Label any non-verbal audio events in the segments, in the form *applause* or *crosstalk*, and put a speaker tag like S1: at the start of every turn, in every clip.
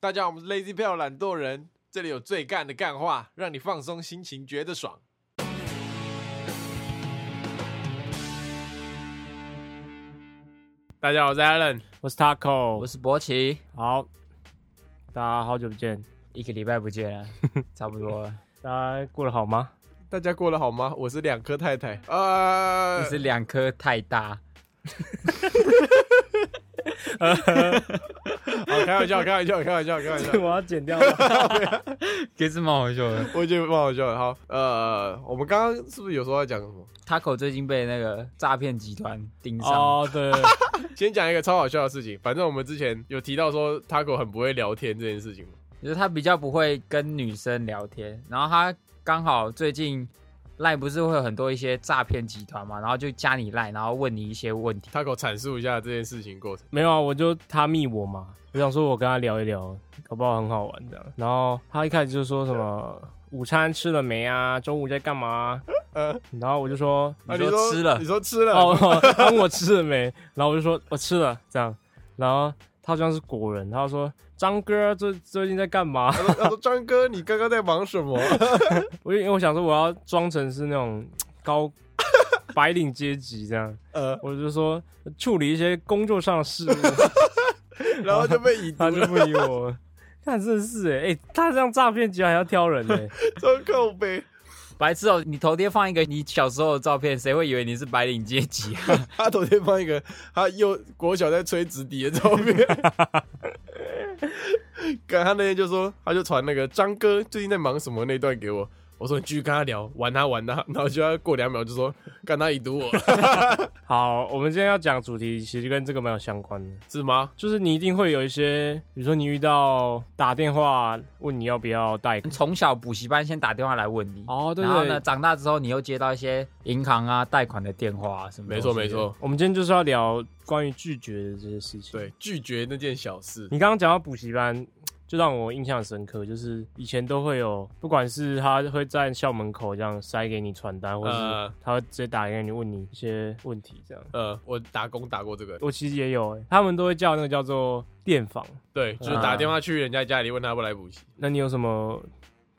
S1: 大家好，我们是 Lazy p a l 懒惰人，这里有最干的干话，让你放松心情，觉得爽。
S2: 大家好，我是 Alan，我是 Taco，
S3: 我是博奇，
S2: 好，大家好久不见，
S3: 一个礼拜不见了，差不多了。
S2: 大家过得好吗？
S1: 大家过得好吗？我是两颗太太，呃
S3: 你，是两颗太大，
S1: 好开玩 *laughs* 笑，开玩笑，开玩笑，开玩笑
S2: 我，要剪掉了。
S3: 也是蛮好笑的。
S1: 我觉得蛮好笑的。好，呃，我们刚刚是不是有说要讲什么？
S3: Taco 最近被那个诈骗集团盯上，
S2: 哦，对，
S1: 先讲一个超好笑的事情，反正我们之前有提到说 Taco 很不会聊天这件事情嘛。
S3: 就是他比较不会跟女生聊天，然后他刚好最近赖不是会有很多一些诈骗集团嘛，然后就加你赖，然后问你一些问题。
S1: Taco 阐述一下这件事情过程。
S2: 没有啊，我就他密我嘛，我想说我跟他聊一聊，搞不好很好玩这样。然后他一开始就说什么午餐吃了没啊，中午在干嘛啊、
S1: 呃，
S2: 然后我就说
S1: 啊
S3: 你
S1: *laughs*
S3: 说吃了
S1: 你说吃了，
S2: 哦，他问我吃了没，然后我就说我吃了这样，然后他好像是国人，他说张哥最最近在干嘛？
S1: 他说他说张哥，你刚刚在忙什
S2: *laughs*
S1: 么？
S2: 我因为我想说我要装成是那种高白领阶级这样，
S1: 呃，
S2: 我就说处理一些工作上的事务，
S1: *laughs* 然后就被已读
S2: 他就
S1: 了，
S2: 不理我。看，真的是哎、欸他这样诈骗集团还要挑人呢、欸
S1: 超靠背。
S3: 白痴哦，你头贴放一个你小时候的照片，谁会以为你是白领阶级啊？
S1: 他头天放一个他又国小在吹纸笛的照片，刚他那天就说，他就传那个张哥最近在忙什么那段给我，我说你继续跟他聊，玩他玩他，然后就要过两秒就说干他已读我
S2: 好，我们今天要讲主题其实跟这个蛮有相关的，
S1: 是吗？
S2: 就是你一定会有一些，比如说你遇到打电话问你要不要贷款，
S3: 从小补习班先打电话来问你，
S2: 哦，对
S3: 然后呢，
S2: 对，
S3: 长大之后你又接到一些银行啊、贷款的电话啊什么。
S1: 没
S2: 哦
S1: 错没。错，
S2: 我们今天就是要聊关于拒绝的这些事情。
S1: 对，拒绝那件小事，
S2: 你刚刚讲到补习班，就让我印象很深刻，就是以前都会有，不管是他会在校门口这样塞给你传单，或
S1: 呃
S2: 是他会直接打给你问你一些问题这样。
S1: 呃，我打工打过这个，
S2: 我其实也有、欸，他们都会叫那个叫做电访。
S1: 对，就是
S2: 啊
S1: 打电话去人家家里问他要不要来补习，
S2: 那你有什么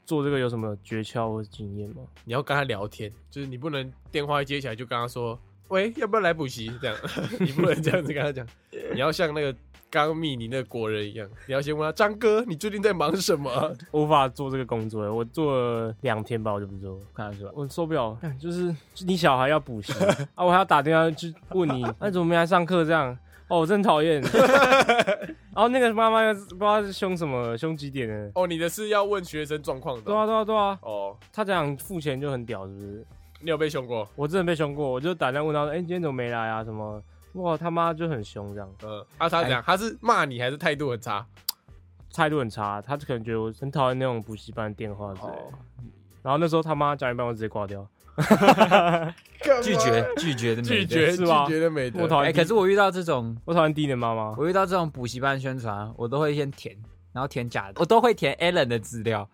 S2: 做这个有什么诀窍或经验吗？
S1: 你要跟他聊天，就是你不能电话一接起来就跟他说，喂，要不要来补习？这样， *laughs* 你不能这样子跟他讲，你要像那个刚密你那个国人一样，你要先问他张哥，你最近在忙什么？ *laughs*
S2: 我无法做这个工作欸、我做了两天吧，我就不做了。
S3: 看得出来，
S2: 我受不了，看就是就你小孩要补习啊，我还要打电话去问你，那、怎么没来上课这样？哦，我真讨厌。然后那个妈妈又不知道是凶什么，凶几点呢？
S1: 哦，你的是要问学生状况的
S2: 对
S1: 哦。
S2: 啊，对啊，对啊，
S1: 哦，
S2: 他讲付钱就很屌，是不是？
S1: 你有被凶过？
S2: 我真的被凶过，我就打电话问他，哎、你今天怎么没来啊？什么？哇，他妈就很凶，这样
S1: 嗯，啊，他怎
S2: 哎
S1: 样？他是骂你还是态度很差？
S2: 态度很差，他可能觉得我很讨厌那种补习班的电话之类的。
S1: 哦
S2: 然后那时候他妈讲一半，我直接挂掉。
S1: *laughs*
S3: 拒绝拒绝的美
S1: 拒
S3: 德
S1: 绝
S2: 是
S1: 拒
S2: 吧
S1: 绝的美德
S2: 我。讨
S3: 哎、
S2: 厌低，
S3: 可是我遇到这种，
S2: 我讨厌低能妈妈。
S3: 我遇到这种补习班宣传，我都会先填，然后填假的， *laughs* 我都会填 Alan 的资料，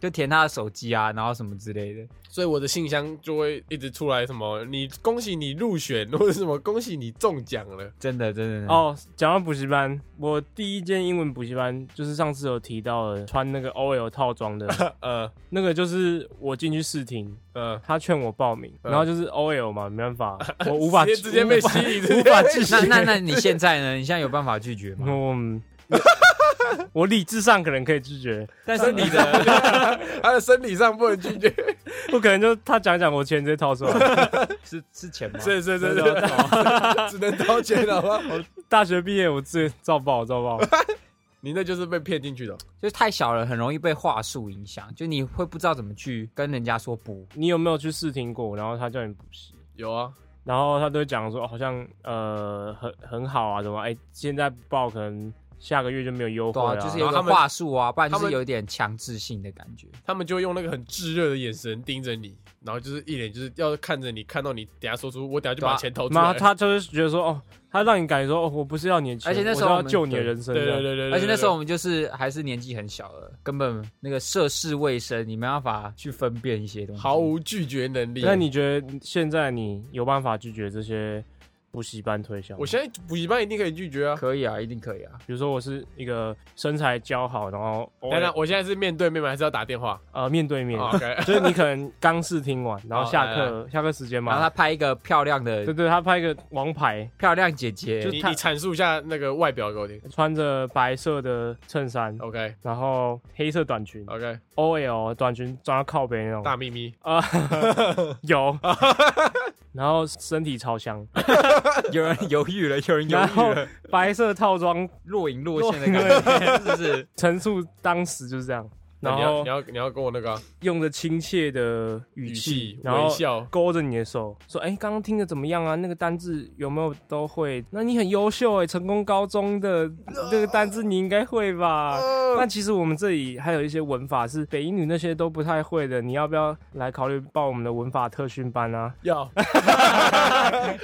S3: 就填他的手机啊，然后什么之类的。
S1: 所以我的信箱就会一直出来什么，你恭喜你入选， *laughs* 或者什么恭喜你中奖了。
S3: 真的，真的。真的， *laughs*
S2: 哦，讲到补习班，我第一间英文补习班就是上次有提到的，穿那个 OL 套装的
S1: *laughs* 呃
S2: 那个，就是我进去试听，
S1: 呃，
S2: 他劝我报名，
S1: 嗯
S2: 然后就是 OL 嘛，没
S1: *laughs*
S2: 办法，我无法
S1: 直接直接被
S2: 无法
S1: 吸引，直
S2: 无
S1: 接
S2: 法拒
S3: 那
S2: 绝。
S3: 啊那那你现在呢？你现在有办法拒绝
S1: *laughs*
S2: *laughs*
S3: 吗？
S2: 嗯，我理智上可能可以
S1: *laughs*
S2: 拒绝，
S3: 但是你的
S1: 他的身体上不能拒绝，
S2: 我可能就他讲一讲，我钱直接掏出来。
S3: *laughs* 是是钱吗？
S1: *laughs* 是是是
S2: 真
S1: 是
S2: 的，要掏
S1: *laughs* 只能掏钱好 *laughs* 吗？
S2: 大学毕业我自己照报照报，
S1: 你那就是被骗进去的。
S3: 就是太小了，很容易被话术影响，就你会不知道怎么去跟人家说不。
S2: 你有没有去试听过？然后他叫你补习。
S1: 有啊，
S2: 然后他都会讲说，哦好像呃很很好啊，怎么哎现在不报可能下个月就没有优惠
S3: 对
S2: 啊，
S3: 啊，就
S1: 然
S3: 是有
S1: 后他
S3: 个
S1: 们
S3: 话术啊，不然就
S1: 他
S3: 是
S1: 们
S3: 有点强制性的感觉。
S1: 他们就会用那个很炙热的眼神盯着你，然后就是一脸就是要看着你，看到你等下说出我等下就把
S3: 对啊
S1: 钱掏出
S2: 妈
S1: 来。
S2: 他就是觉得说哦，他让你感觉说哦我不是要你的钱，
S3: 而且那时
S2: 我是
S3: 候我
S2: 要
S3: 们
S2: 救你的人生，
S1: 对对
S2: 这
S1: 对
S2: 样
S1: 对对，
S3: 而且那时候我
S1: 对
S3: 们就是还是年纪很小了，根本那个涉世未深，你没办法去分辨一些东
S1: 对
S3: 西。
S1: 毫无拒绝能力。
S2: 那你觉得现在你有办法拒绝这些补习班推销吗？
S1: 我相信补习班一定可以拒绝啊。
S3: 可以啊，一定可以啊。
S2: 比如说我是一个身材姣好，然后
S1: 当然，我现在是面对面吗？还是要打电话
S2: 呃面对面，
S1: 哎哦？OK，
S2: *laughs*
S1: *laughs*
S2: 就是你可能刚试听完，然后下
S1: 哦
S2: 课下课时间
S3: 然后
S2: 嘛
S3: 他，拍一个漂亮
S1: *laughs*
S3: 的
S2: 对对，他拍一个王牌，
S3: 漂亮姐姐，
S1: 你你阐述一下那个外表给我听。
S2: 穿着白色的衬衫，
S1: OK
S2: 然后黑色短裙
S1: OK，
S2: ，OL 短裙装到靠背那种
S1: 呃大咪咪，
S2: 啊，
S1: *laughs*
S2: 有，然后身体超香，
S3: 有人犹豫了，有人犹
S2: 然后
S3: 豫了，
S2: 白色套装
S3: 若隐若现的感觉，是不是？
S2: 陈述当时就是这样，
S1: 那
S2: 然
S1: 你要
S2: 后
S1: 你要你要跟我那个啊
S2: 用着亲切的语
S1: 语
S2: 气
S1: 气，
S2: 然
S1: 微
S2: 后
S1: 笑，
S2: 勾着你的手说：“哎、刚刚听的怎么样啊？那个单字有没有都会？那你很优秀哎、成功高中的那个单字你应该会吧？
S1: 呃
S2: 那其实我们这里还有一些文法是北英女那些都不太会的，你要不要来考虑报我们的文法特训班啊？
S1: 要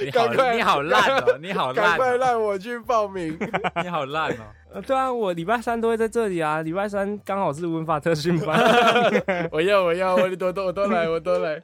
S3: 你
S1: 赶快
S3: 好，你好烂哦，你好
S1: 赶
S3: 烂
S2: 啊
S1: 快
S3: 哦，
S1: 让我去报名。
S3: 你好烂哦。
S2: 呃，对啊，我礼拜三都会在这里啊，礼拜三刚好是文法特训 *laughs* 班。
S1: 我要我要，我都都我都来我都来。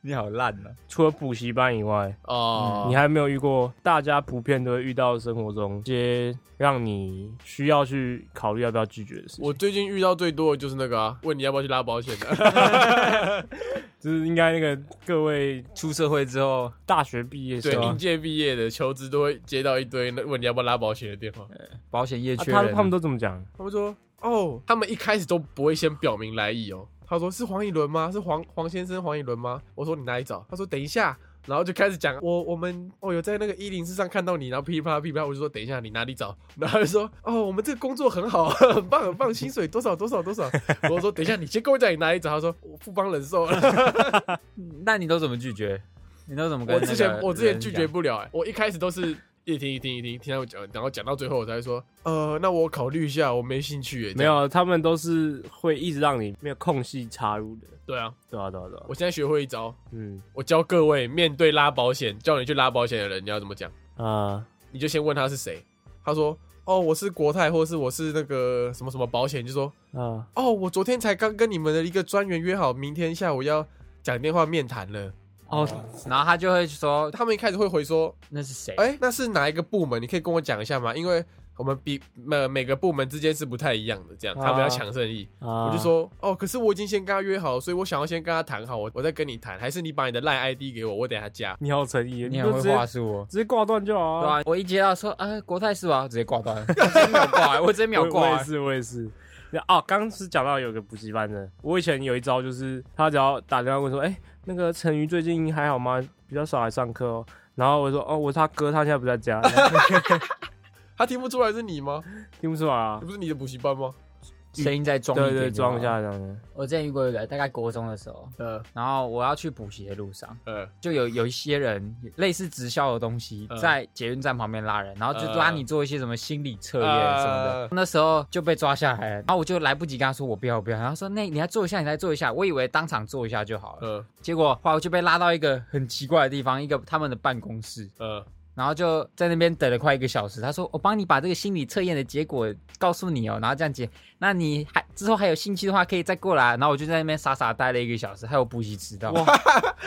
S3: 你好烂哦了，
S2: 除了补习班以外，
S1: 哦，
S2: 嗯你还没有遇过大家普遍都会遇到生活中一些让你需要去考虑要不要拒绝的事情。
S1: 我最近遇到最多的就是那个啊，问你要不要去拉保险的。
S2: *laughs* 就是应该那个各位
S3: 出社会之后，
S2: 大学毕业
S1: 对，
S2: 生啊
S1: 应届毕业的求职都会接到一堆那问你要不要拉保险的电话。
S3: 保险业
S2: 啊
S3: 缺
S2: 他
S3: 人，
S2: 他们都怎么讲？
S1: 他们说，哦，他们一开始都不会先表明来意哦。他说是黄以伦吗？是黄黄先生黄以伦吗？我说你哪里找？他说等一下，然后就开始讲我我们哦有在那个一零四上看到你，然后噼里啪啦噼里啪啦，我就说等一下你哪里找？然后他就说哦我们这个工作很好，很棒很棒，薪水多少多少多少。我说等一下你先跟我讲你哪里找。他说我富邦人寿。 *laughs*
S3: 那你都怎么拒绝？你都怎么跟
S1: 我
S3: 那个
S1: 之
S3: 人
S1: 前
S3: 讲？
S1: 我之前拒绝不了、欸，我一开始都是一听一听一听听他们讲，然后讲到最后我才会说，呃，那我考虑一下，我没兴趣、欸。这
S2: 没
S1: 样，
S2: 有，他们都是会一直让你没有空隙插入的。
S1: 对啊，
S2: 对啊，对啊，对啊
S1: 我。现在学会一招，
S2: 嗯
S1: 我教各位面对拉保险叫你去拉保险的人，你要怎么讲？
S2: 啊，
S1: 你就先问他是谁，他说，哦，我是国泰，或是我是那个什么什么保险，你就说，
S2: 啊，
S1: 哦，我昨天才刚跟你们的一个专员约好，明天下午要讲电话面谈了。
S2: 哦，
S3: 然后他就会说
S1: 他们一开始会回说，
S3: 那是谁？
S1: 哎、那是哪一个部门？你可以跟我讲一下吗？因为我们比呃每个部门之间是不太一样的，这样
S2: 啊
S1: 他们要抢生意。
S2: 我
S1: 我就说哦，可是我已经先跟他约好，所以我想要先跟他谈好，我我再跟你谈，还是你把你的赖 ID 给我，我等下加。
S2: 你好诚意，
S3: 你
S2: 就
S3: 很会
S2: 直接
S3: 话术哦。
S2: 直接挂断就好
S3: 对
S2: 啊。
S3: 啊，我一接到说，呃，国泰是吧？直接挂
S2: *laughs*
S3: 断，我直接秒挂，我直接秒
S2: 我我
S3: 挂欸
S2: 也。是，我也是。那哦，刚刚是讲到有个补习班的，我以前有一招就是，他只要打电话问说，哎、那个陈瑜最近还好吗？比较少来上课哦。然后我说，哦，我是他哥，他现在不在家， *laughs*
S1: 他听不出来是你吗？
S2: 听不出来啊
S1: 这。不是你的补习班吗？
S3: 声音再装一
S2: 对
S3: 点
S2: 对，
S3: 就
S2: 装
S3: 好
S2: 一。下这样子。
S3: 我之前遇过一个，大概国中的时候，
S1: 呃
S3: 然后我要去补习的路上，
S1: 呃，
S3: 就有有一些人类似直销的东西
S1: 嗯，
S3: 在捷运站旁边拉人，然后就拉你做一些什么心理测验
S2: 呃
S3: 什么的。
S1: 嗯
S3: 那时候就被抓下来了，然后我就来不及跟他说我不要我不要，然后说那你来做一下，你来做一下。我以为当场做一下就好
S2: 嗯
S3: 了，
S1: 呃
S3: 结果后来我就被拉到一个很奇怪的地方，一个他们的办公室，
S1: 呃，
S3: 然后就在那边等了快一个小时。他说我帮你把这个心理测验的结果告诉你哦，然后这样解，那你还之后还有兴趣的话可以再过来。然后我就在那边傻傻待了一个小时，还有补习迟到。
S2: 哇，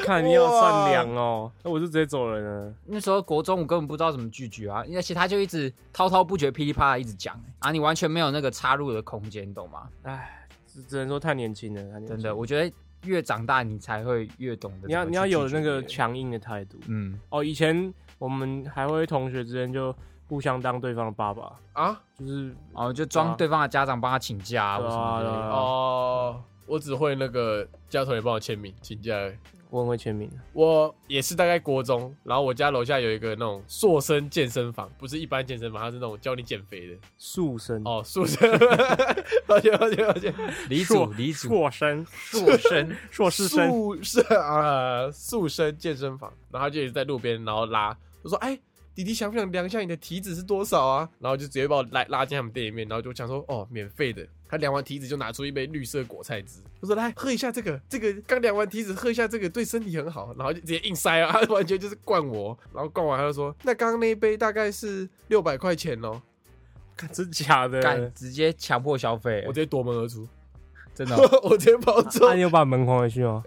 S2: 看你好善良哦，那我就直接走人了。
S3: 那时候国中我根本不知道怎么拒绝啊，而且他就一直滔滔不绝、噼里啪啦一直讲、欸啊，你完全没有那个插入的空间，你懂吗？
S2: 唉，只只能说太年轻了，太年轻
S3: 真的，我觉得越长大你才会越懂得怎么去
S2: 嗯你
S3: 拒绝欸别
S2: 要
S3: 人。
S2: 你要有那个强硬的态度。
S3: 嗯，
S2: 哦，以前我们还会同学之间就互相当对方的爸爸，
S1: 啊
S2: 就是
S3: 哦，就
S2: 对
S3: 装
S2: 啊
S3: 对方的家长帮他请假啊，
S2: 对
S3: 或什
S2: 啊
S3: 么之类
S2: 对
S3: 的
S2: 啊
S1: 哦，我只会那个教头也帮我签名请假而已。
S2: 我很会签名。
S1: 我也是大概国中，然后我家楼下有一个那种塑身健身房，不是一般健身房，它是那种教你减肥的。
S2: 塑身
S1: 哦，塑身， *laughs* 抱歉抱歉抱歉，
S3: 李祖，李祖，
S2: 硕生、
S3: 硕生，
S2: *laughs* 硕士生，
S1: 塑是啊，塑身健身房，然后他就一直在路边，然后拉，我说哎。弟弟想不想量一下你的体脂是多少啊？然后就直接把我拉拉进他们店里面，然后就想说哦，免费的。他量完体脂就拿出一杯绿色果菜汁，我说来喝一下这个，这个刚量完体脂喝一下这个对身体很好。然后就直接硬塞啊， *laughs* 他完全就是灌我。然后灌完他就说，那刚刚那一杯大概是六百块钱哦，
S2: 干真假的？
S3: 敢直接强迫消费
S1: *laughs* 我，直接夺门而出，
S3: 真的哦
S1: 我直接跑走
S2: 那。你有把门还回去吗？哦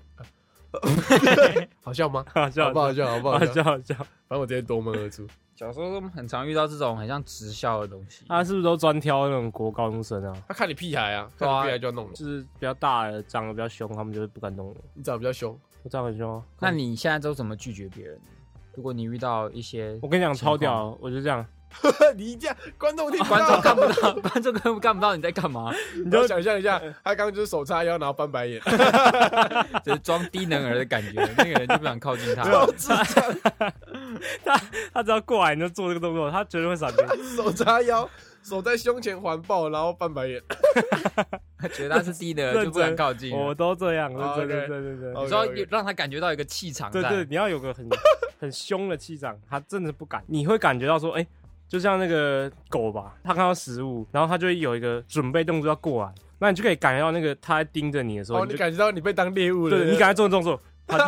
S1: 好笑吗？
S2: 好笑
S1: 好不好笑？好不好
S2: 好
S1: 笑？
S2: 笑好笑，
S1: 反正我直接夺门而出。
S3: 小时候很常遇到这种很像直销的东西。
S2: 他是不是都专挑那种国高中生啊？
S1: 他看你屁孩啊，看
S3: 对啊
S1: 你屁孩就要弄你，
S2: 就是比较大的，长得比较凶，他们就是不敢动我。
S1: 你长得比较凶，
S2: 我长得很凶啊，
S3: 那你现在都怎么拒绝别人？如果你遇到一些
S2: 我跟你讲
S3: 情况
S2: 超屌，我就这样，
S1: *laughs* 你这样观众听不到
S3: 观众看不到， *laughs* 观众看不看不到你在干 *laughs* 嘛，
S1: *laughs* 你
S2: 就
S1: 就想象一下，他刚刚就是手叉腰，然后翻白眼，
S3: 只是装低能儿的感觉，那个人就不想靠 *laughs* 近他。
S2: 他只要过来你就做这个动作，他绝对会闪避。
S1: *laughs* 手叉腰，手在胸前环抱，然后翻白眼。
S3: 觉得他是低能儿就不敢靠近。
S2: 我都这样，
S1: 哦
S2: 对对
S1: OK
S2: 对对对
S1: 哦
S2: 对
S3: 你说
S1: OK，OK
S3: 让他感觉到一个气场在
S2: 对，对，你要有个
S1: *laughs*
S2: 很很凶的气场，他真的不敢，你会感觉到说，哎、就像那个狗吧，它看到食物，然后它就会有一个准备动作要过来，那你就可以感觉到那个它在盯着你的时
S1: 哦，
S2: 候，
S1: 你
S2: 你就
S1: 感觉到你被当猎物了。
S2: 对你赶快做动作，它就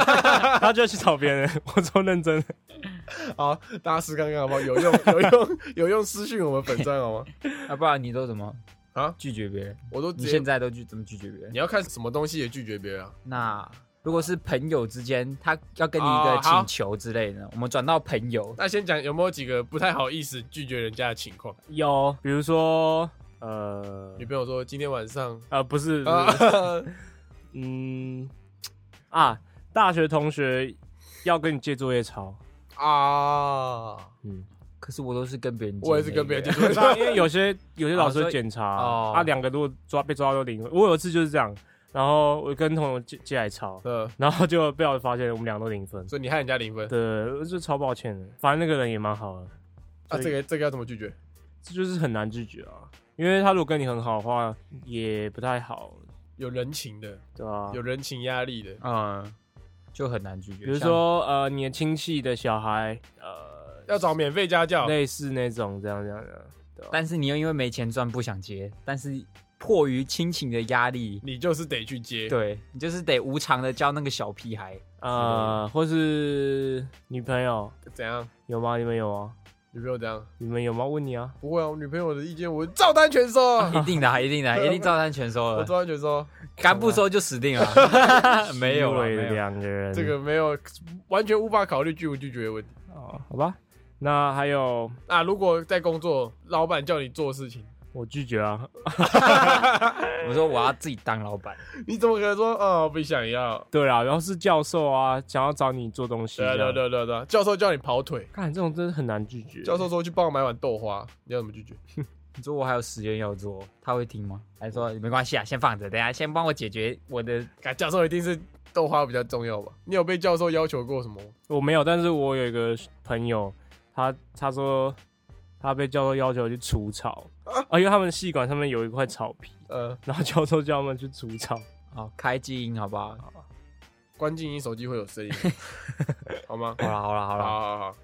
S2: 它就要去找别人， *laughs* 我超认真的。
S1: 好，大家试看看好不好？有用，有用， *laughs* 有用，私讯我们粉钻好吗？
S3: 啊，不然你都怎么
S1: 啊
S3: 拒绝别人？
S1: 我都
S3: 你
S1: 直接
S3: 现，在都拒怎么拒绝别人？
S1: 你要看什么东西也拒绝别人啊？
S3: 那如果是朋友之间，他要跟你一
S1: 哦
S3: 个
S1: 好
S3: 请求之类的，我们转到朋友，
S1: 那先讲有没有几个不太好意思拒绝人家的情况？
S2: 有，比如说，呃
S1: 女朋友说今天晚上
S2: 呃，不是，不是
S1: 啊，
S2: 嗯啊，大学同学要跟你借作业抄，
S1: 啊，
S2: 嗯。
S3: 可是我都是跟别人，
S1: 我也是跟别人接。
S2: *laughs*
S1: 触，
S2: 不是啊因为有些有些老师
S3: 哦所
S2: 会
S3: 以
S2: 检查
S3: 哦
S2: 啊，两个如果抓被抓到就零分。我有一次就是这样，然后我跟同学借借来
S3: *laughs*
S2: 抄，
S1: 呃，
S2: 然后就被我发现我们两个都零分。
S1: 所以你害人家零分
S2: 对，就超抱歉的。反正那个人也蛮好的，
S1: 啊？
S2: 所以
S1: 这个这个要怎么拒绝？
S2: 这就是很难拒绝啊。因为他如果跟你很好的话，也不太好，
S1: 有人情的，
S2: 对吧、
S1: 有人情压力
S2: 啊
S1: 的，
S3: 嗯，就很难拒绝。
S2: 比如说呃，你的亲戚的小孩，呃，
S1: 要找免费家教，
S2: 类似那种这样这样这样，对吧
S3: 像，但是你又因为没钱赚不想接，但是迫于亲情的压力，
S1: 你就是得去接。
S3: 对你就是得无偿的教那个小屁 *laughs* 孩。嗯
S2: 呃，或是女朋友
S1: 怎样？
S2: 有吗？你们有吗？
S1: 女朋友怎样？
S2: 你们有吗？问你啊。
S1: 不会啊，我女朋友的意见我照单全收啊，
S3: 一
S2: *laughs*
S3: 定的啊，一定 *laughs* 的啊，一定照单全收
S1: 我
S3: 了，
S1: 照单全收。啊
S3: 敢不收就死定了。 *laughs* 没有啊，
S2: 了
S3: 没有。
S2: 两个人，
S1: 这个没有，完全无法考虑拒不拒绝的问题。
S2: 哦，好吧。那还有
S1: 啊，如果在工作，老板叫你做事情，
S2: 我拒绝啊，
S3: 我说我要自己当老板，
S1: 你怎么可能说哦不想要？
S2: 对啦，然后是教授啊，想要找你做东西，
S1: 对啊对啊，对啊对啊对啊，教授叫你跑腿，
S2: 看这种真的很难拒绝。
S1: 教授说去帮我买碗豆花，你要怎么拒绝？
S3: 你说我还有实验要做，他会听吗？还是说没关系啊，先放着，等一下先帮我解决我的。
S1: 啊教授一定是豆花比较重要吧？你有被教授要求过什么吗？
S2: 我没有，但是我有一个朋友，他他说他被教授要求去除草啊，因为他们系馆上面有一块草皮，
S1: 呃，
S2: 然后教授叫他们去除草。
S3: 好，哦开静音好不好？
S1: 关静音手机会有
S2: *laughs*
S1: 声音，好吗？
S3: 好了好了好
S1: 好
S2: 啊
S1: 好
S3: 了，
S1: 好。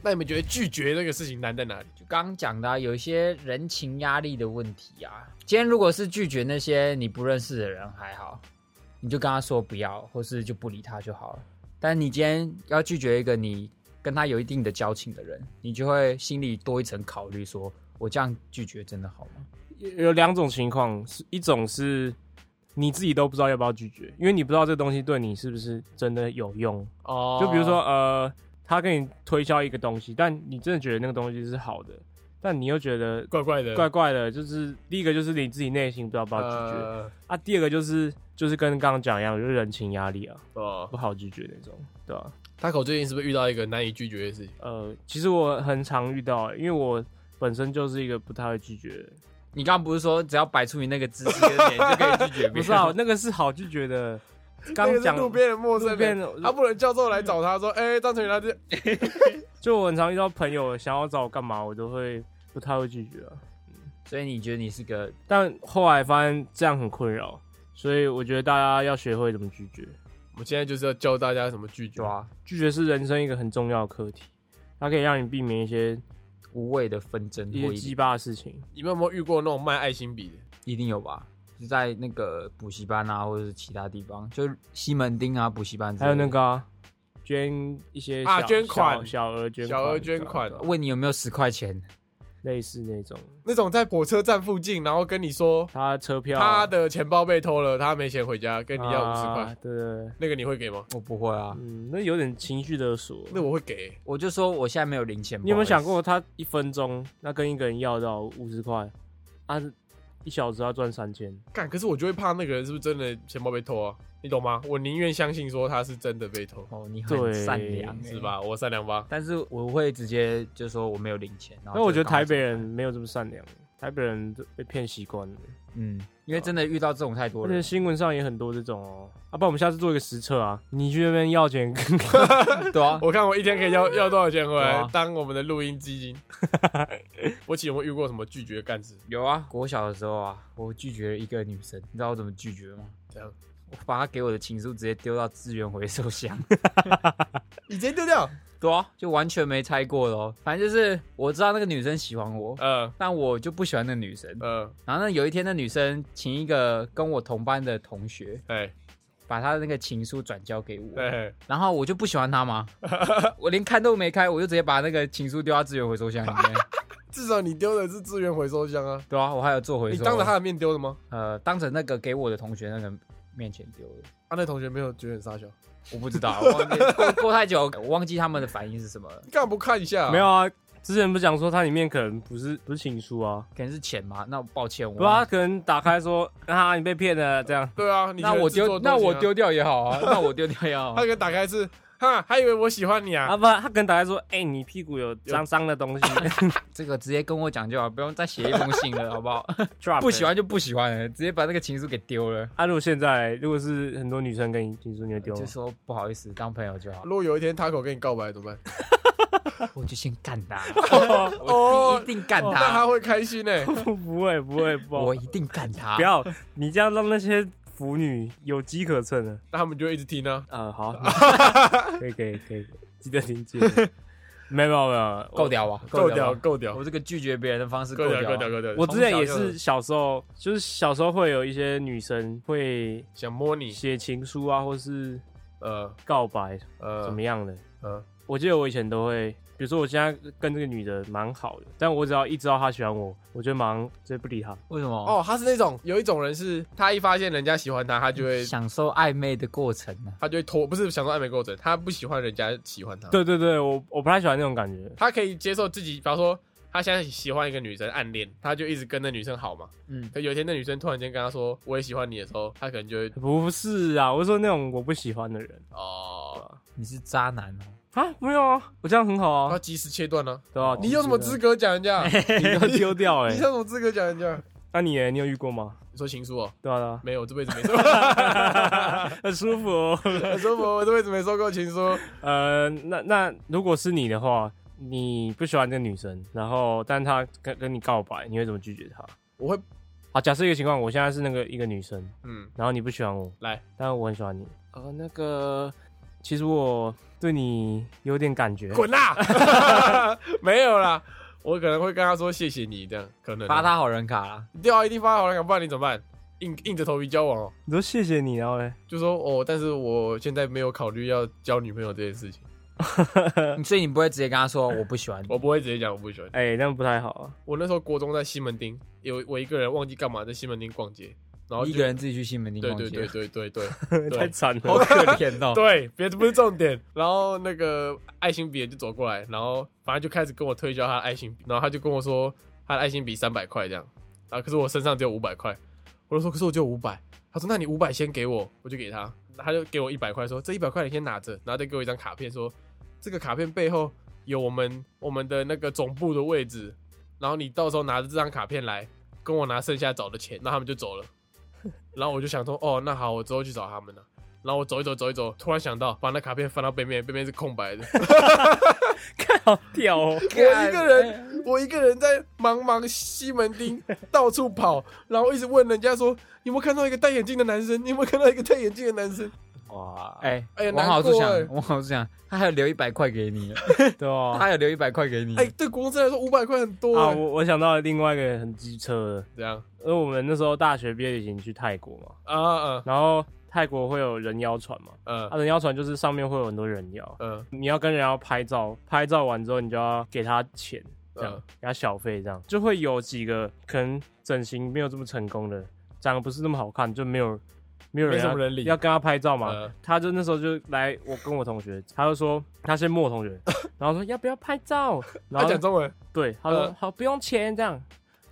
S1: 那你们觉得拒绝这个事情难在哪里？
S3: 就刚刚讲的啊、有一些人情压力的问题啊。今天如果是拒绝那些你不认识的人还好，你就跟他说不要，或是就不理他就好了。但你今天要拒绝一个你跟他有一定的交情的人，你就会心里多一层考虑说我这样拒绝真的好吗？
S2: 有有两种情况，是一种是你自己都不知道要不要拒绝，因为你不知道这东西对你是不是真的有用，
S1: 哦
S2: 就比如说呃，他跟你推销一个东西，但你真的觉得那个东西是好的，但你又觉得
S1: 怪怪的，
S2: 怪怪的，就是第一个就是你自己内心不知道要不要拒绝、
S1: 呃
S2: 啊，第二个就是就是跟刚刚讲一样，就是人情压力啊，
S1: 哦
S2: 不，好拒绝那种，对吧、
S1: 他口最近是不是遇到一个难以拒绝的事情？
S2: 呃，其实我很常遇到、因为我本身就是一个不太会拒绝的人，
S3: 你刚刚不是说只要摆出你那个姿势跟脸就可以拒绝别
S2: *laughs*
S3: 人？
S2: 不是
S1: *laughs*
S2: 啊，那个是好拒绝的，刚
S1: 那个是
S2: 讲
S1: 路边的陌生
S2: 路边
S1: 人，
S2: 的嗯
S1: 他不能教授来找他说，哎，张成宇他这
S2: 就我很常遇到朋友想要找我干嘛，我都会不太会拒绝啊。
S3: 所以你觉得你是个
S2: 但后来发现这样很困扰，所以我觉得大家要学会怎么拒绝。
S1: 我现在就是要教大家怎么拒绝。
S3: 抓
S2: 拒绝是人生一个很重要的课题，它可以让你避免一些
S3: 无谓的纷争
S2: 一
S3: 或
S2: 些
S3: 一
S2: 鸡巴的事情。
S1: 你们有没有遇过那种卖爱心笔的？
S3: 一定有吧？就在那个补习班啊，或者是其他地方，就是西门町啊补习班之类的，
S2: 还有那个啊、捐一些
S1: 啊
S2: 小
S1: 捐款
S2: 小小额捐款
S1: 小额捐款
S2: 对吧啊
S3: 问你有没有十块钱，
S2: 类似那种，
S1: 那种在火车站附近，然后跟你说
S2: 他车票
S1: 他的钱包被偷了，他没钱回家，跟你要五十
S2: 啊
S1: 块，
S2: 对对对，
S1: 那个你会给吗？
S3: 我不会啊，
S2: 嗯，那有点情绪勒索。
S1: 那我会给、
S3: 我就说我现在没有零钱包。
S2: 你有没有想过，他一分钟那跟一个人要到五十块，啊，一小时要赚三千？
S1: 干，可是我就会怕那个人是不是真的钱包被偷啊？你懂吗？我宁愿相信说他是真的被偷，
S3: 哦，你
S2: 对
S3: 很善良、欸，
S1: 是？吧？我善良 *laughs* 吧。
S3: 但是我会直接就说我没有零钱。然后
S2: 但我
S3: 就
S2: 觉得台北
S3: 赶
S2: 人没有这么善良，台北人都被骗习惯了，
S3: 快走，嗯，因为真的遇到这种太多
S2: 而且
S3: 人，
S2: 新闻上也很多这种哦。啊，不然我们下次做一个实测啊，你去那边要钱，
S3: *laughs* 对啊，
S1: 我看我一天可以要要多少钱回
S3: 对
S1: 来
S3: 啊
S1: 当我们的录音基 *laughs* 金？我其实有没有遇过什么拒绝干子？
S3: 有啊，国小的时候啊，我拒绝了一个女生，你知道我怎么拒绝吗？
S1: 这样
S3: 我把她给我的情书直接丢到资源回收箱。
S1: 你直接丢掉？
S3: 对啊，就完全没拆过咯。反正就是我知道那个女生喜欢我，
S1: 呃
S3: 但我就不喜欢那女生。
S1: 呃，
S3: 然后呢，有一天那女生请一个跟我同班的同学，
S1: 哎
S3: 把她的那个情书转交给我，
S1: 哎，
S3: 然后我就不喜欢
S1: *laughs*
S3: 她嘛，我连看都没开，我就直接把那个情书丢到资源回收箱里
S1: *laughs*
S3: 面。
S1: 至少你丢的是资源回收箱啊！
S3: 对啊，我还有做回
S1: 你
S3: 收。
S1: 当着他的面丢的吗？
S3: 呃，当着那个给我的同学那个面前丢的。
S1: 啊，那同学没有觉得很傻笑，
S3: 我不知
S1: *laughs*
S3: 道，我忘记过过太久，我忘记他们的反应是什么了，
S1: 你干嘛不看一下、
S2: 没有，啊？之前不是讲说它里面可能不是不是情书啊，
S3: 可能是钱嘛？那抱歉，我
S2: 不，
S1: 啊
S2: 他可能打开说啊，你被骗了这样。
S1: 对啊，你
S3: 那
S1: 觉得
S3: 我
S1: 制作
S3: 丢，
S1: 的
S3: 那
S1: 东西
S3: 我
S1: 啊，
S3: 丢掉也好啊，那我丢掉也
S1: *laughs*
S3: 好
S1: 他
S3: 啊。
S1: 给打开是，哈，还以为我喜欢你啊
S2: 啊，，不，他可能打开说，哎、你屁股有脏脏的东西
S3: *laughs* 这个直接跟我讲就好，不用再写一封信了，好不好？
S2: ，drop
S3: *laughs* 不喜
S2: 了。
S3: 欢就不喜欢了，直接把那个情书给丢 *laughs* 了，
S2: 啊，如果现在如果是很多女生跟你情书，你会丢吗
S3: 就？说不好意思，当朋友就好。
S1: 如果有一天他口跟你告白怎么办？
S3: 我就先干他，
S1: *laughs* 哦
S3: 我一定干
S1: 那他
S3: 他，
S1: 会开心 *laughs* 呢、
S2: *laughs* 不会，不会，不
S3: *laughs* 我
S2: 会，
S3: 一定干他
S1: 哦
S2: 不。要，你这样让那些腐女有机可乘了。
S1: 那他们就会一直听啊。
S2: 呃，好，啊 *laughs* 可以，可以，可以，记得听见。 *laughs* 没有，没有，没有，
S3: 够屌吧？
S1: 够
S3: 屌
S1: 屌，
S3: 吧！
S1: 够屌
S3: 我，这个拒绝别人的方式
S1: 够
S3: 够
S1: 屌，啊
S3: 屌
S1: 够
S3: 啊
S1: 屌，
S3: 吧。
S1: 够屌！
S2: 我。我之前也
S1: 从小就
S2: 是小时候，就是小时候会有一些女生会
S1: 想摸你，
S2: 写情书啊，或是
S1: 呃
S2: 告白
S1: 呃，
S2: 怎么样的。
S1: 呃，
S2: 我记得我以前都会，比如说我现在跟这个女的蛮好的，但我只要一知道她喜欢我，我就忙直接不理她。
S3: 为什么？
S1: 哦，他是那种有一种人是，他一发现人家喜欢他，他就会
S3: 享受暧昧的过程啊呢？
S1: 他就会拖，不是想说暧昧过程，他不喜欢人家喜欢他，
S2: 对对对，我我不太喜欢那种感觉。
S1: 他可以接受自己，比方说他现在喜欢一个女生暗恋，他就一直跟那女生好嘛，
S3: 嗯，
S1: 可有一天那女生突然间跟他说我也喜欢你的时候，他可能就会
S2: 不是啊，我是说那种我不喜欢的人
S1: 哦，
S3: 你是渣男哦。
S2: 啊，没有啊，我这样很好
S1: 他
S2: 啊，
S1: 及时哦切断了，
S2: 对吧、
S1: 你有什么资格讲人 *laughs* 家？
S2: 你都丢掉哎、
S1: *laughs* 你有什么资格讲人家？
S2: 那、你耶你有遇过吗？
S1: 你说情书哦，
S2: 对啊，对啊
S1: 没有，我这辈子没 *laughs* 收，
S2: *laughs* 很舒服、哦。
S1: 我说我我这辈子没收过情书，
S2: *laughs* 呃，那那如果是你的话，你不喜欢这个女生，然后但她跟跟你告白，你会怎么拒绝她？
S1: 我会
S2: 好，假设一个情况，我现在是那个一个女生，
S1: 嗯
S2: 然后你不喜欢我，
S1: 来，
S2: 但我很喜欢你。呃，那个，其实我对你有点感觉。
S1: 滚啦！ *laughs* 没有啦，我可能会跟他说谢谢你，这样可能
S3: 发他好人卡啦，
S1: 对啊，一定发好了，敢不然你怎么办？硬硬着头皮交往哦，
S2: 你说谢谢你，然后嘞，
S1: 就说哦，但是我现在没有考虑要交女朋友这件事情，
S3: 所以你不会直接跟他说我不喜欢你。
S1: 呃我不会直接讲我不喜欢你。
S2: 哎、那样不太好啊。
S1: 我那时候国中在西门町，有我一个人忘记干嘛在西门町逛街，然后
S3: 一
S1: 就
S3: 个人自己去西门町
S1: 对
S3: 逛
S1: 对
S3: 街
S1: 对，对对对
S2: *laughs* 太
S1: 对
S2: *laughs* 惨
S3: *laughs* 好
S2: 了。
S3: 可怜哦。
S1: *laughs* 对，别不是重点。 *laughs* 然后那个爱心笔就走过来，然后反正就开始跟我推销他的爱心笔，然后他就跟我说他的爱心笔三百块这样，啊，可是我身上只有五百块，我就说可是我只有五百，他说那你五百先给我，我就给他，他就给我一百块，说这一百块你先拿着，然后再给我一张卡片说这个卡片背后有我们我们的那个总部的位置，然后你到时候拿着这张卡片来跟我拿剩下找的钱，那他们就 *laughs* 走了。然后我就想说，哦，那好，我之后去找他们了。然后我走一走，走一走，突然想到把那卡片翻到背面，背面是空白的。
S2: 看好屌哦！
S1: 我一个人，我一个人在茫茫西门町到处跑，然后一直问人家说：“你有没有看到一个戴眼镜的男生？你有没有看到一个戴眼镜的男生
S2: *laughs* 哇，
S3: 哎
S1: 哎呀
S3: 王好志
S1: 难
S3: 想，
S1: 过
S3: 王好志想，他还有留一百块
S1: *laughs*
S3: 给你，
S2: 对啊 *laughs*
S3: 他。还有留一百块给你？”。
S1: 哎，对国中生来说，五百块很多
S2: 啊，
S1: 哎。
S2: 我我想到另外一个很机车的，
S1: 怎样
S2: 因为我们那时候大学毕业旅行去泰国嘛，
S1: 啊啊
S2: 然后泰国会有人妖船嘛，
S1: 嗯
S2: 啊，人妖船就是上面会有很多人妖，
S1: 嗯
S2: 你要跟人妖拍照，拍照完之后你就要给他钱，这样、
S1: 嗯
S2: 给他小费，这样就会有几个可能整形没有这么成功的，长得不是那么好看，就没有没有人
S1: 没什
S2: 要
S1: 么人理
S2: 要跟他拍照嘛。
S1: 嗯
S2: 他就那时候就来我跟我同学，他就说他先问我
S1: *laughs*
S2: 同学，然后说要不要拍照，然
S1: 他
S2: 后
S1: 讲中文，
S2: 对，他说、
S1: 呃
S2: 好不用钱这样，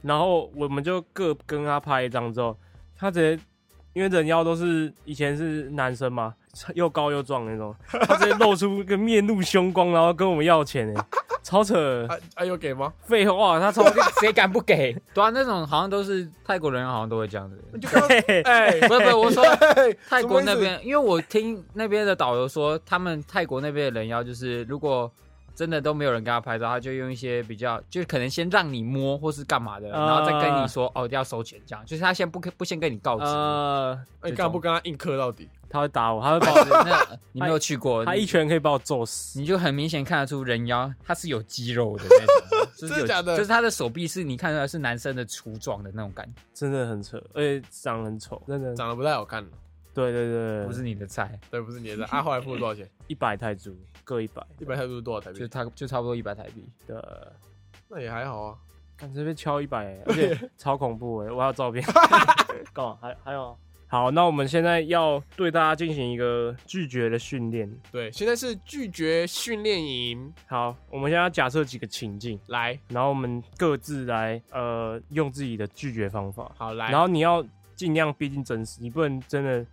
S2: 然后我们就各跟他拍一张之后，他直接因为人妖都是以前是男生嘛，又高又壮那种，他直接露出个面露凶光，然后跟我们要钱哎，超扯，
S1: 啊啊有给吗？
S2: 废话，他超
S3: 谁敢不给？对啊，那种好像都是泰国人，好像都会
S1: *laughs*
S3: 这样子。
S1: 你就跟他哎，
S3: 不是不是，我说
S1: 哎
S3: 泰国那，
S1: 什么意思
S3: 边，因为我听那边的导游说，他们泰国那边的人妖就是，如果真的都没有人跟他拍照，他就用一些比较，就可能先让你摸或是干嘛的，
S2: 啊
S3: 然后再跟你说哦要收钱这样，就是他先不不先跟你告知。
S2: 呃，
S1: 哎你干嘛不跟他硬磕到底？
S2: 他会打我，他会把
S3: 哦对那 *laughs* 你没有去过，
S2: 我，他一
S3: 你
S2: 拳可以把我揍死。
S3: 你就很明显看得出人妖他是有肌肉的那
S1: *laughs*
S3: 种，就是
S1: 真的
S3: 有
S1: 假的
S3: 就是他的手臂是你看出来是男生的粗壮的那种感觉，
S2: 真的很扯，而且长得很丑，真的。
S1: 长得不太好看，
S2: 对对对，
S3: 不是你的菜，
S1: 对，不是你的。啊，后来付了多少钱？
S2: 一百泰铢，各一百
S1: 一百泰铢是多少台
S3: 就
S1: 币？
S3: 差就差不多一百台币。
S2: 的，
S1: 那也还好啊。
S2: 感觉被敲一百、 *laughs* 而且超恐怖哎、我还有 *laughs* 照片。干嘛？还还有？好，那我们现在要对大家进行一个拒绝的训练。
S1: 对，现在是拒绝训练营，
S2: 好，我们现在要假设几个情境，
S1: 来，
S2: 然后我们各自来呃用自己的拒绝方法。
S1: 好来
S2: 然，后你要尽量逼近真实，你不能真的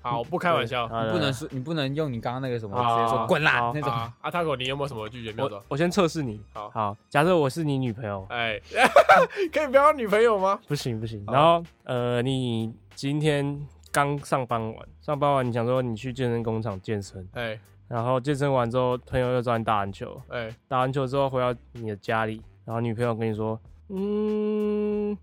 S1: 好，不开玩笑。
S2: 对好
S3: 你
S2: 的
S3: 不能说，你不能用你刚刚那个什么，
S1: 哎啊
S3: 直接说滚啦
S2: 好
S3: 那种。
S1: 啊，阿塔狗，你有没有什么拒绝妙招
S2: 我？我先测试你。
S1: 好
S2: 好，假设我是你女朋友，
S1: 哎， *laughs* 可以不要有女朋友吗？
S2: 不行不行。
S1: 好
S2: 然后呃，你今天刚上班完，上班完你想说你去健身工厂健身，
S1: 哎
S2: 然后健身完之后，朋友又找你打篮球，
S1: 哎，
S2: 打完球之后回到你的家里，然后女朋友跟你说，嗯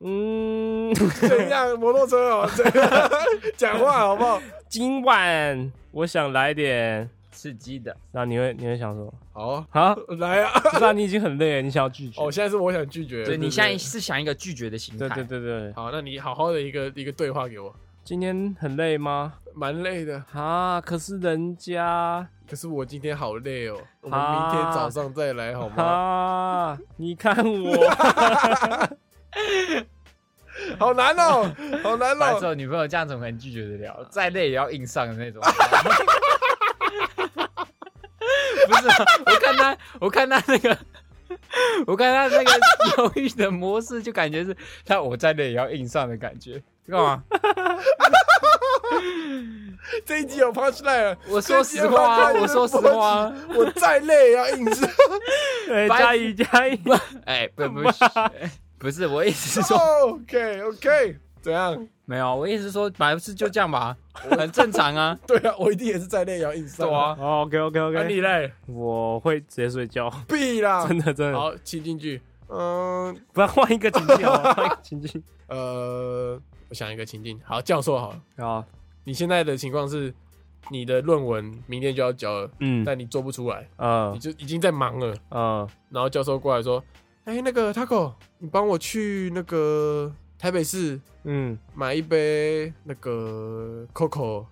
S2: 嗯，
S1: 怎样？摩托车
S3: *laughs*
S1: 哦，这个讲话好不好？
S2: 今晚我想来点，
S3: 刺激的，
S2: 那你会你会想说，
S1: 好啊，
S2: 啊，
S1: 来啊！
S2: 不是啊，你已经很累了，你想要拒绝，
S1: 哦，现在是我想拒绝。
S3: 对
S2: 对
S3: 你现在是想一个拒绝的心态，
S2: 对对对对，
S1: 好，那你好好的一个一个对话给我，
S2: 今天很累吗？
S1: 蛮累的，
S2: 啊，可是人家
S1: 可是我今天好累哦，我们明
S2: 啊
S1: 天早上再来好吗？
S2: 啊，你看我，
S1: 好难哦，好难
S3: 白
S1: 哦。
S3: 痴，女朋友这样怎么可能拒绝得了？再累也要硬上的那种。不是，我看他，我看他那个，我看他那个犹豫的模式，就感觉是他我再累也要硬上的感觉。干嘛？
S1: 这一集有 punch line 了，
S3: 我说实话 *laughs* 啊，
S1: 这一
S3: 我
S1: 集
S3: 说
S1: 有 punch line
S3: 实话啊，
S1: 了， *laughs* 我再累也要硬吃。
S2: 哎，
S3: *laughs* 白
S2: 加一加
S3: *laughs*
S2: 一，
S3: 哎，不不是，不是，我意思 *laughs* 是说，
S1: OK OK，怎样？
S3: 没有，啊我意思是说，白痴就这样吧，很正常啊。
S1: 对啊，我一定也是再累也要硬上。
S3: *laughs* 对啊，
S2: 哦，OK OK
S1: 那
S2: OK，
S1: 你嘞？
S2: 我会直接睡
S3: *laughs*
S2: 觉，
S1: 必啦。
S2: 真的真的，
S1: 好，请进去。嗯，
S2: 不要换一个情境好吗，换一个情境。
S1: 呃，我想一个情境。好，教授好了，
S2: 好，
S1: 你现在的情况是，你的论文明天就要交了，
S2: 嗯，
S1: 但你做不出来，
S2: 呃
S1: 你就已经在忙了。
S2: 呃，
S1: 然后教授过来说：“哎、那个 Taco，你帮我去那个台北市
S2: 嗯，
S1: 买一杯那个 Coco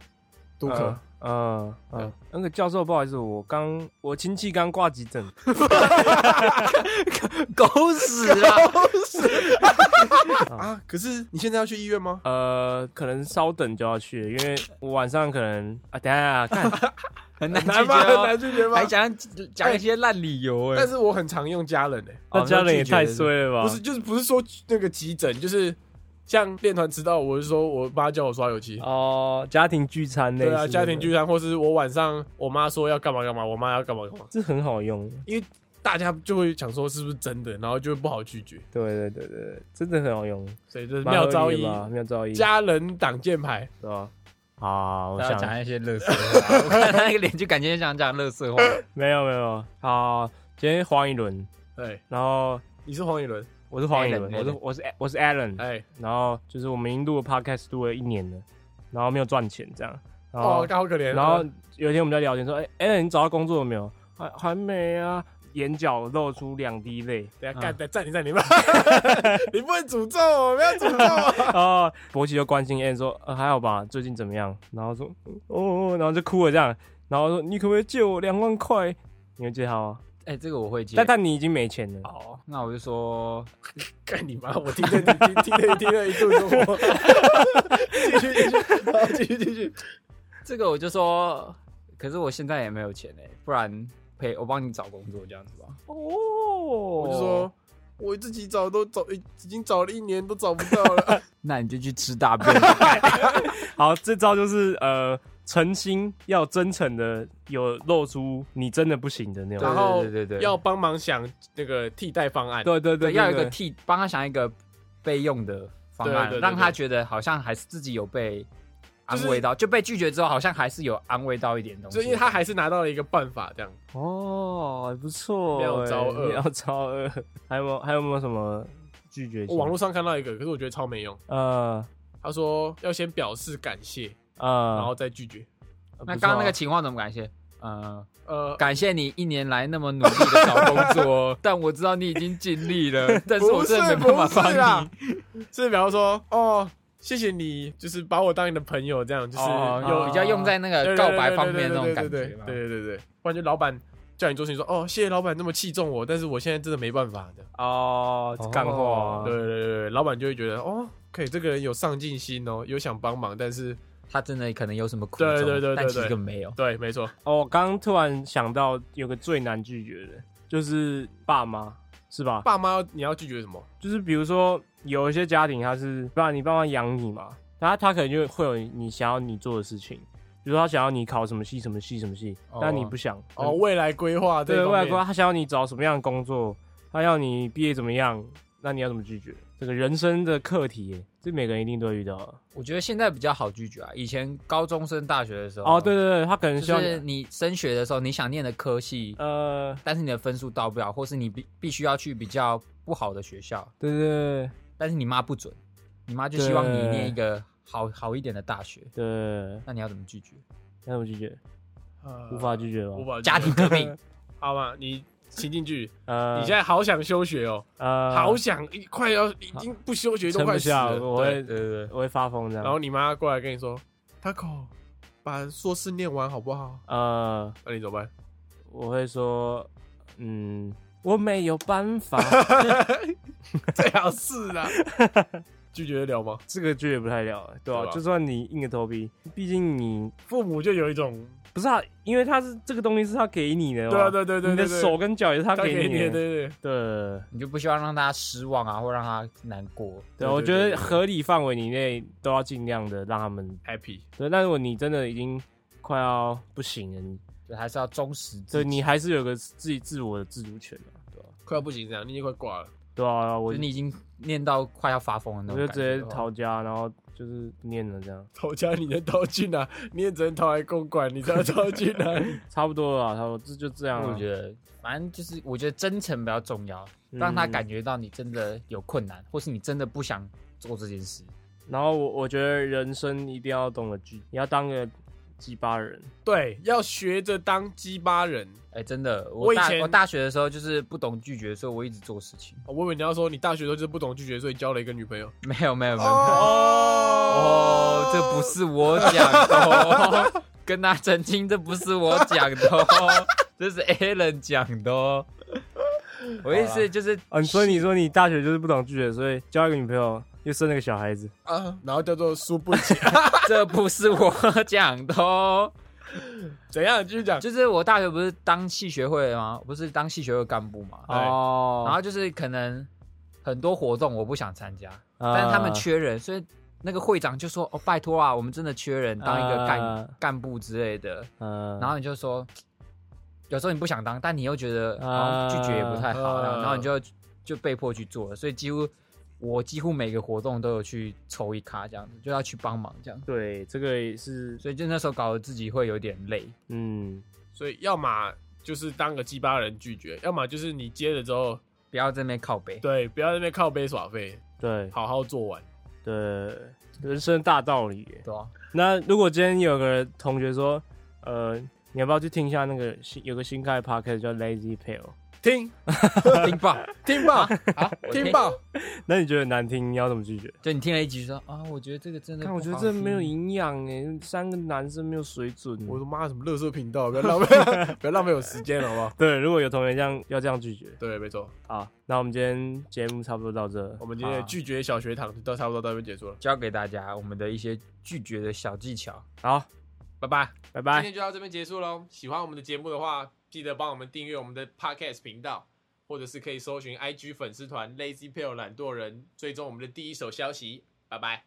S1: 都可。
S2: 呃呃呃，那个教授，不好意思，我刚我亲戚刚挂急诊，
S3: 狗屎啊！
S2: 嗯
S1: 啊，可是你现在要去医院吗？
S2: 呃，可能稍等就要去了，因为我晚上可能啊，等一下啊， *laughs* 看
S3: *laughs* 很难
S1: *laughs* 难
S3: 拒绝、
S1: 吗？
S2: 啊
S1: 很
S3: 哦，
S1: 难拒绝吗
S3: 还？讲讲一些烂理由哎、
S1: 但是我很常用家人诶、欸
S2: 那家人也
S3: 拒绝了
S2: 太衰了吧？
S1: 不是，就是不是说那个急诊，就是像练团迟到，我是说我妈叫我刷油漆。
S2: 哦，家庭聚餐类似
S1: 对
S2: 的，
S1: 啊，家庭聚餐，或是我晚上我妈说要干嘛干嘛，我妈要干嘛干嘛，
S2: 这很好用，
S1: 大家就会想说是不是真的，然后就会不好拒绝，
S2: 对对对对，真的很好用，
S1: 所以这是
S2: 蛮合
S1: 妙
S2: 理
S1: 招
S2: 的
S1: 一，
S2: 吧妙招一，
S1: 家人挡箭牌。
S2: 对吧？好，我
S3: 他要
S2: 想
S3: 讲一些乐色话， *laughs* 我看他那个脸就感觉想讲乐色 *laughs* 话。
S2: 没有没有，好，今天黄一轮，
S1: 哎，
S2: 然后
S1: 你是黄以伦，
S2: 我是黄一
S3: Alan，
S2: 轮，我是我是我是 Alan，
S1: 哎，
S2: 然后就是我们已经录了 podcast 录了一年了，然后没有赚钱这样，然后、
S1: 哦，好可怜。
S2: 然后有一天我们在聊天说，哎、哎、你找到工作了没有？还还没啊，眼角露出两滴泪 *laughs*
S1: 等一下
S3: 嗯
S1: 干，等暂停暂停 *laughs* 吧，你不会诅咒我，不要诅咒
S2: 啊、博奇就关心 N 说、呃，还好吧，最近怎么样？然后说哦，哦然后就哭了这样，然后说你可不可以借我两万块？你会借他吗？
S3: 哎、哎、这个我会接。
S2: 但但你已经没钱了，
S3: 哦，那我就说，
S1: 干你妈！我听着听听着听着一肚子火，继续继续，好，继续继续。
S3: 这个我就说，可是我现在也没有钱哎、不然陪我帮你找工作这样子吧。
S2: 哦，
S1: 我
S2: 我
S1: 就说，我自己找都找，已经找了一年都找不到了。
S3: 那你就去吃大 *laughs* 便。
S2: 好，这招就是呃，诚心要真诚的，有露出你真的不行的那
S3: 对
S2: 种。
S1: 然后
S3: 对对对对
S1: 要帮忙想那个替代方案。
S2: 对对
S3: 对，
S2: 对，
S3: 要有一个
S2: 对
S3: 替帮他想一个备用的方案，
S1: 对对对对
S3: 让他觉得好像还是自己有被安慰啊到，就被拒绝之后，好像还是有安慰到一点东西。
S1: 所以因为他还是拿到了一个办法，这样
S2: 哦，还不错欸，
S1: 妙招二
S2: 妙招二， *laughs* 还有没有还有没有什么拒绝型？
S1: 我网络上看到一个，可是我觉得超没用。
S2: 呃
S1: 他说要先表示感谢，
S2: 呃，
S1: 然后再拒绝。
S3: 那刚刚那个
S2: 不错
S3: 情况怎么感谢？呃，
S1: 呃，
S3: *laughs* 感谢你一年来那么努力的找工
S1: *laughs*
S3: 作，但我知道你已经尽力了，但是我
S1: 不是
S3: 真的没
S1: 不
S3: 办
S1: 是
S3: 法
S1: 啦
S3: 帮，
S1: 是比方说，哦，谢谢你，就是把我当你的朋友，这样就
S3: 你。
S1: 是
S3: *laughs* 哦，
S1: 有
S3: 有比较用在那个
S1: 对对对
S3: 告白方面那种感
S1: 对
S3: 觉
S1: 对
S3: 嘛。
S1: 对对对对，不然就老板叫你做事，你说哦，谢谢老板那么器重我，但是我现在真的没办法的。
S3: 哦
S2: 哦干话
S1: 对对对对，老板就会觉得哦，可以，这个人有上进心哦，有想帮忙，但是
S3: 他真的可能有什么苦衷，
S1: 对对对对
S3: 但其实
S1: 对
S3: 根本没有。
S1: 对，没错，
S2: 哦，我刚刚突然想到有个最难拒绝的，就是爸妈，是吧？
S1: 爸妈你要拒绝什么？
S2: 就是比如说有一些家庭他是，不然你爸妈养你嘛，然后他可能就会有你想要你做的事情，比如说他想要你考什么系什么系什么系，
S3: 哦
S2: 但你不想
S1: 哦，，未来规划这一
S2: 嗯对
S1: 方
S2: 外
S1: 面
S2: 国他想要你找什么样的工作，他要你毕业怎么样，那你要怎么拒绝？这个人生的课题耶，这每个人一定都会遇到的。
S3: 我觉得现在比较好拒绝啊，以前高中升大学的时候，
S2: 哦，对对对，他可能希
S3: 就
S2: 望
S3: 是
S2: 你
S3: 你升学的时候，你想念的科系，
S2: 呃，
S3: 但是你的分数到不了，或是你必必须要去比较不好的学校，
S2: 对对对
S3: 但是你妈不准，你妈就希望你
S2: 对
S3: 念一个好好一点的大学，
S2: 对，
S3: 那你要怎么拒绝？
S2: 那我拒绝，
S1: 呃
S2: 无法拒绝吧
S1: 无？法拒绝
S3: 家庭
S1: *laughs*
S3: 革命，
S1: 好嘛，你情境剧，
S2: 呃，
S1: 你现在好想休学哦，
S2: 呃，
S1: 好想一快要已经不休学都
S2: 撑
S1: 快
S2: 不
S1: 死
S2: 下，
S1: 了，
S2: 我
S1: 对
S2: 会
S3: 对
S2: 我会发疯这样。
S1: 然后你妈过来跟你说，Taco，把硕士念完好不好？
S2: 呃，
S1: 那你怎么办？
S2: 我会说，嗯，我没有办法，
S1: *laughs* 最好是啦，拒绝得了吗？
S2: 这个拒绝不太了，对吧、
S1: 对吧
S2: 就算你硬着头皮，毕竟你
S1: 父母就有一种，
S2: 不是啊，因为他是这个东西是他给你的嘛，
S1: 对啊对对对对对
S2: 你的手跟脚也是他
S1: 他给
S2: 给
S1: 你的，对
S2: 的，对
S1: 对对，
S2: 对
S3: 你就不希望让他失望啊，或让他难过。
S1: 对
S2: 对，我觉
S1: 对对
S2: 得合理范围以内都要尽量的让他们
S1: happy，
S2: 对，但如果你真的已经快要不行了，你
S3: 就还是要忠实自
S2: 对
S3: 己。
S2: 你还是有个自己自我的自主权嘛，对吧、
S1: 快要不行这样，你已经快挂了。
S2: 对啊，我
S3: 就是你已经念到快要发疯了那
S2: 我
S3: 种
S2: 就
S3: 感
S2: 直
S3: 觉
S2: 接
S3: 的话。
S2: 逃家，然后就是不念了这样，
S1: 逃家你能逃去哪？ *laughs* 你也只能逃来公馆，你知道逃去哪里？
S2: *laughs* 差不多了啦，差不多这就这样了。
S3: 我觉得，反正就是，我觉得真诚比较重要，
S2: 嗯
S3: 让他感觉到你真的有困难，或是你真的不想做这件事。
S2: 然后我我觉得人生一定要懂得拒，你要当个鸡巴人。
S1: 对，要学着当鸡巴人。
S3: 哎、真的，
S1: 我
S3: 我
S1: 以
S3: 大
S1: 前
S3: 我大学的时候就是不懂拒绝，所以我一直做事情。 *laughs*
S1: 哦我以为你要说你大学的时候就是不懂拒绝，所以交了一个女朋友。
S3: 没有没有没有，
S1: 哦
S3: 哦，这不是我讲的、 *laughs* 哦，跟他澄清，这不是我讲的、哦，这是 Alan 讲的、哦。我意思就是，
S2: 嗯，所以你说你大学就是不懂拒绝，所以交一个女朋友又生了个小孩子。
S1: 啊，然后叫做输不起。 *laughs*
S3: 这不是我讲的、哦。
S1: 怎样？继续讲。
S3: 就是我大学不是当系学会的吗？不是当系学会干部嘛？
S1: 对
S2: 哦
S3: 然后就是可能很多活动我不想参加，
S2: 后
S3: 但是他们缺人，所以那个会长就说：“哦，拜托啊，我们真的缺人，当一个干、
S2: 啊
S3: 干部之类的。”
S2: 嗯
S3: 然后你就说，有时候你不想当，但你又觉得
S2: 啊嗯
S3: 好像拒绝也不太好，
S1: 啊
S3: 然后你就就被迫去做了。所以几乎我几乎每个活动都有去抽一咖这样子，就要去帮忙这样。
S2: 对这个也是，
S3: 所以就那时候搞得自己会有点累。
S2: 嗯，
S1: 所以要么就是当个鸡巴人拒绝，要么就是你接了之后，
S3: 不要在那边靠背，
S1: 对，不要在那边靠背耍废，
S2: 对
S1: 好好做完。
S2: 对，人生大道理耶。
S3: 对啊，
S2: 那如果今天有个同学说，呃，你要不要去听一下那个新有个新开的 podcast 叫 Lazy Pale？
S1: 听
S3: *laughs* 听爆，
S1: 听报，
S3: 好，我
S2: *laughs*
S1: 听报，
S2: 那你觉得难听，你要怎么拒绝？
S3: 就你听了一集就说啊，我觉得这个真的不
S2: 看，
S3: 好
S2: 我
S3: 听，
S2: 觉得这没有营养哎，三个男生没有水准。
S1: 我的妈，什么乐色频 *laughs* 道，不要浪费，不要浪费我时间，好不好？
S2: 对，如果有同学这样要这样拒绝，
S1: 对，没错，
S2: 好，那我们今天节目差不多到这，
S1: 我们今天的
S3: 好
S1: 拒绝小学堂就到差不多到这边结束了，
S3: 教给大家我们的一些拒绝的小技巧。
S2: 好，
S1: 拜拜。
S2: 拜
S1: 今
S2: 拜。
S1: 天就到这边结束喽。喜欢我们的节目的话，记得帮我们订阅我们的 Podcast 频道，或者是可以搜寻 IG 粉丝团 Lazy p a l e 懒惰人，追踪我们的第一手消息。拜拜。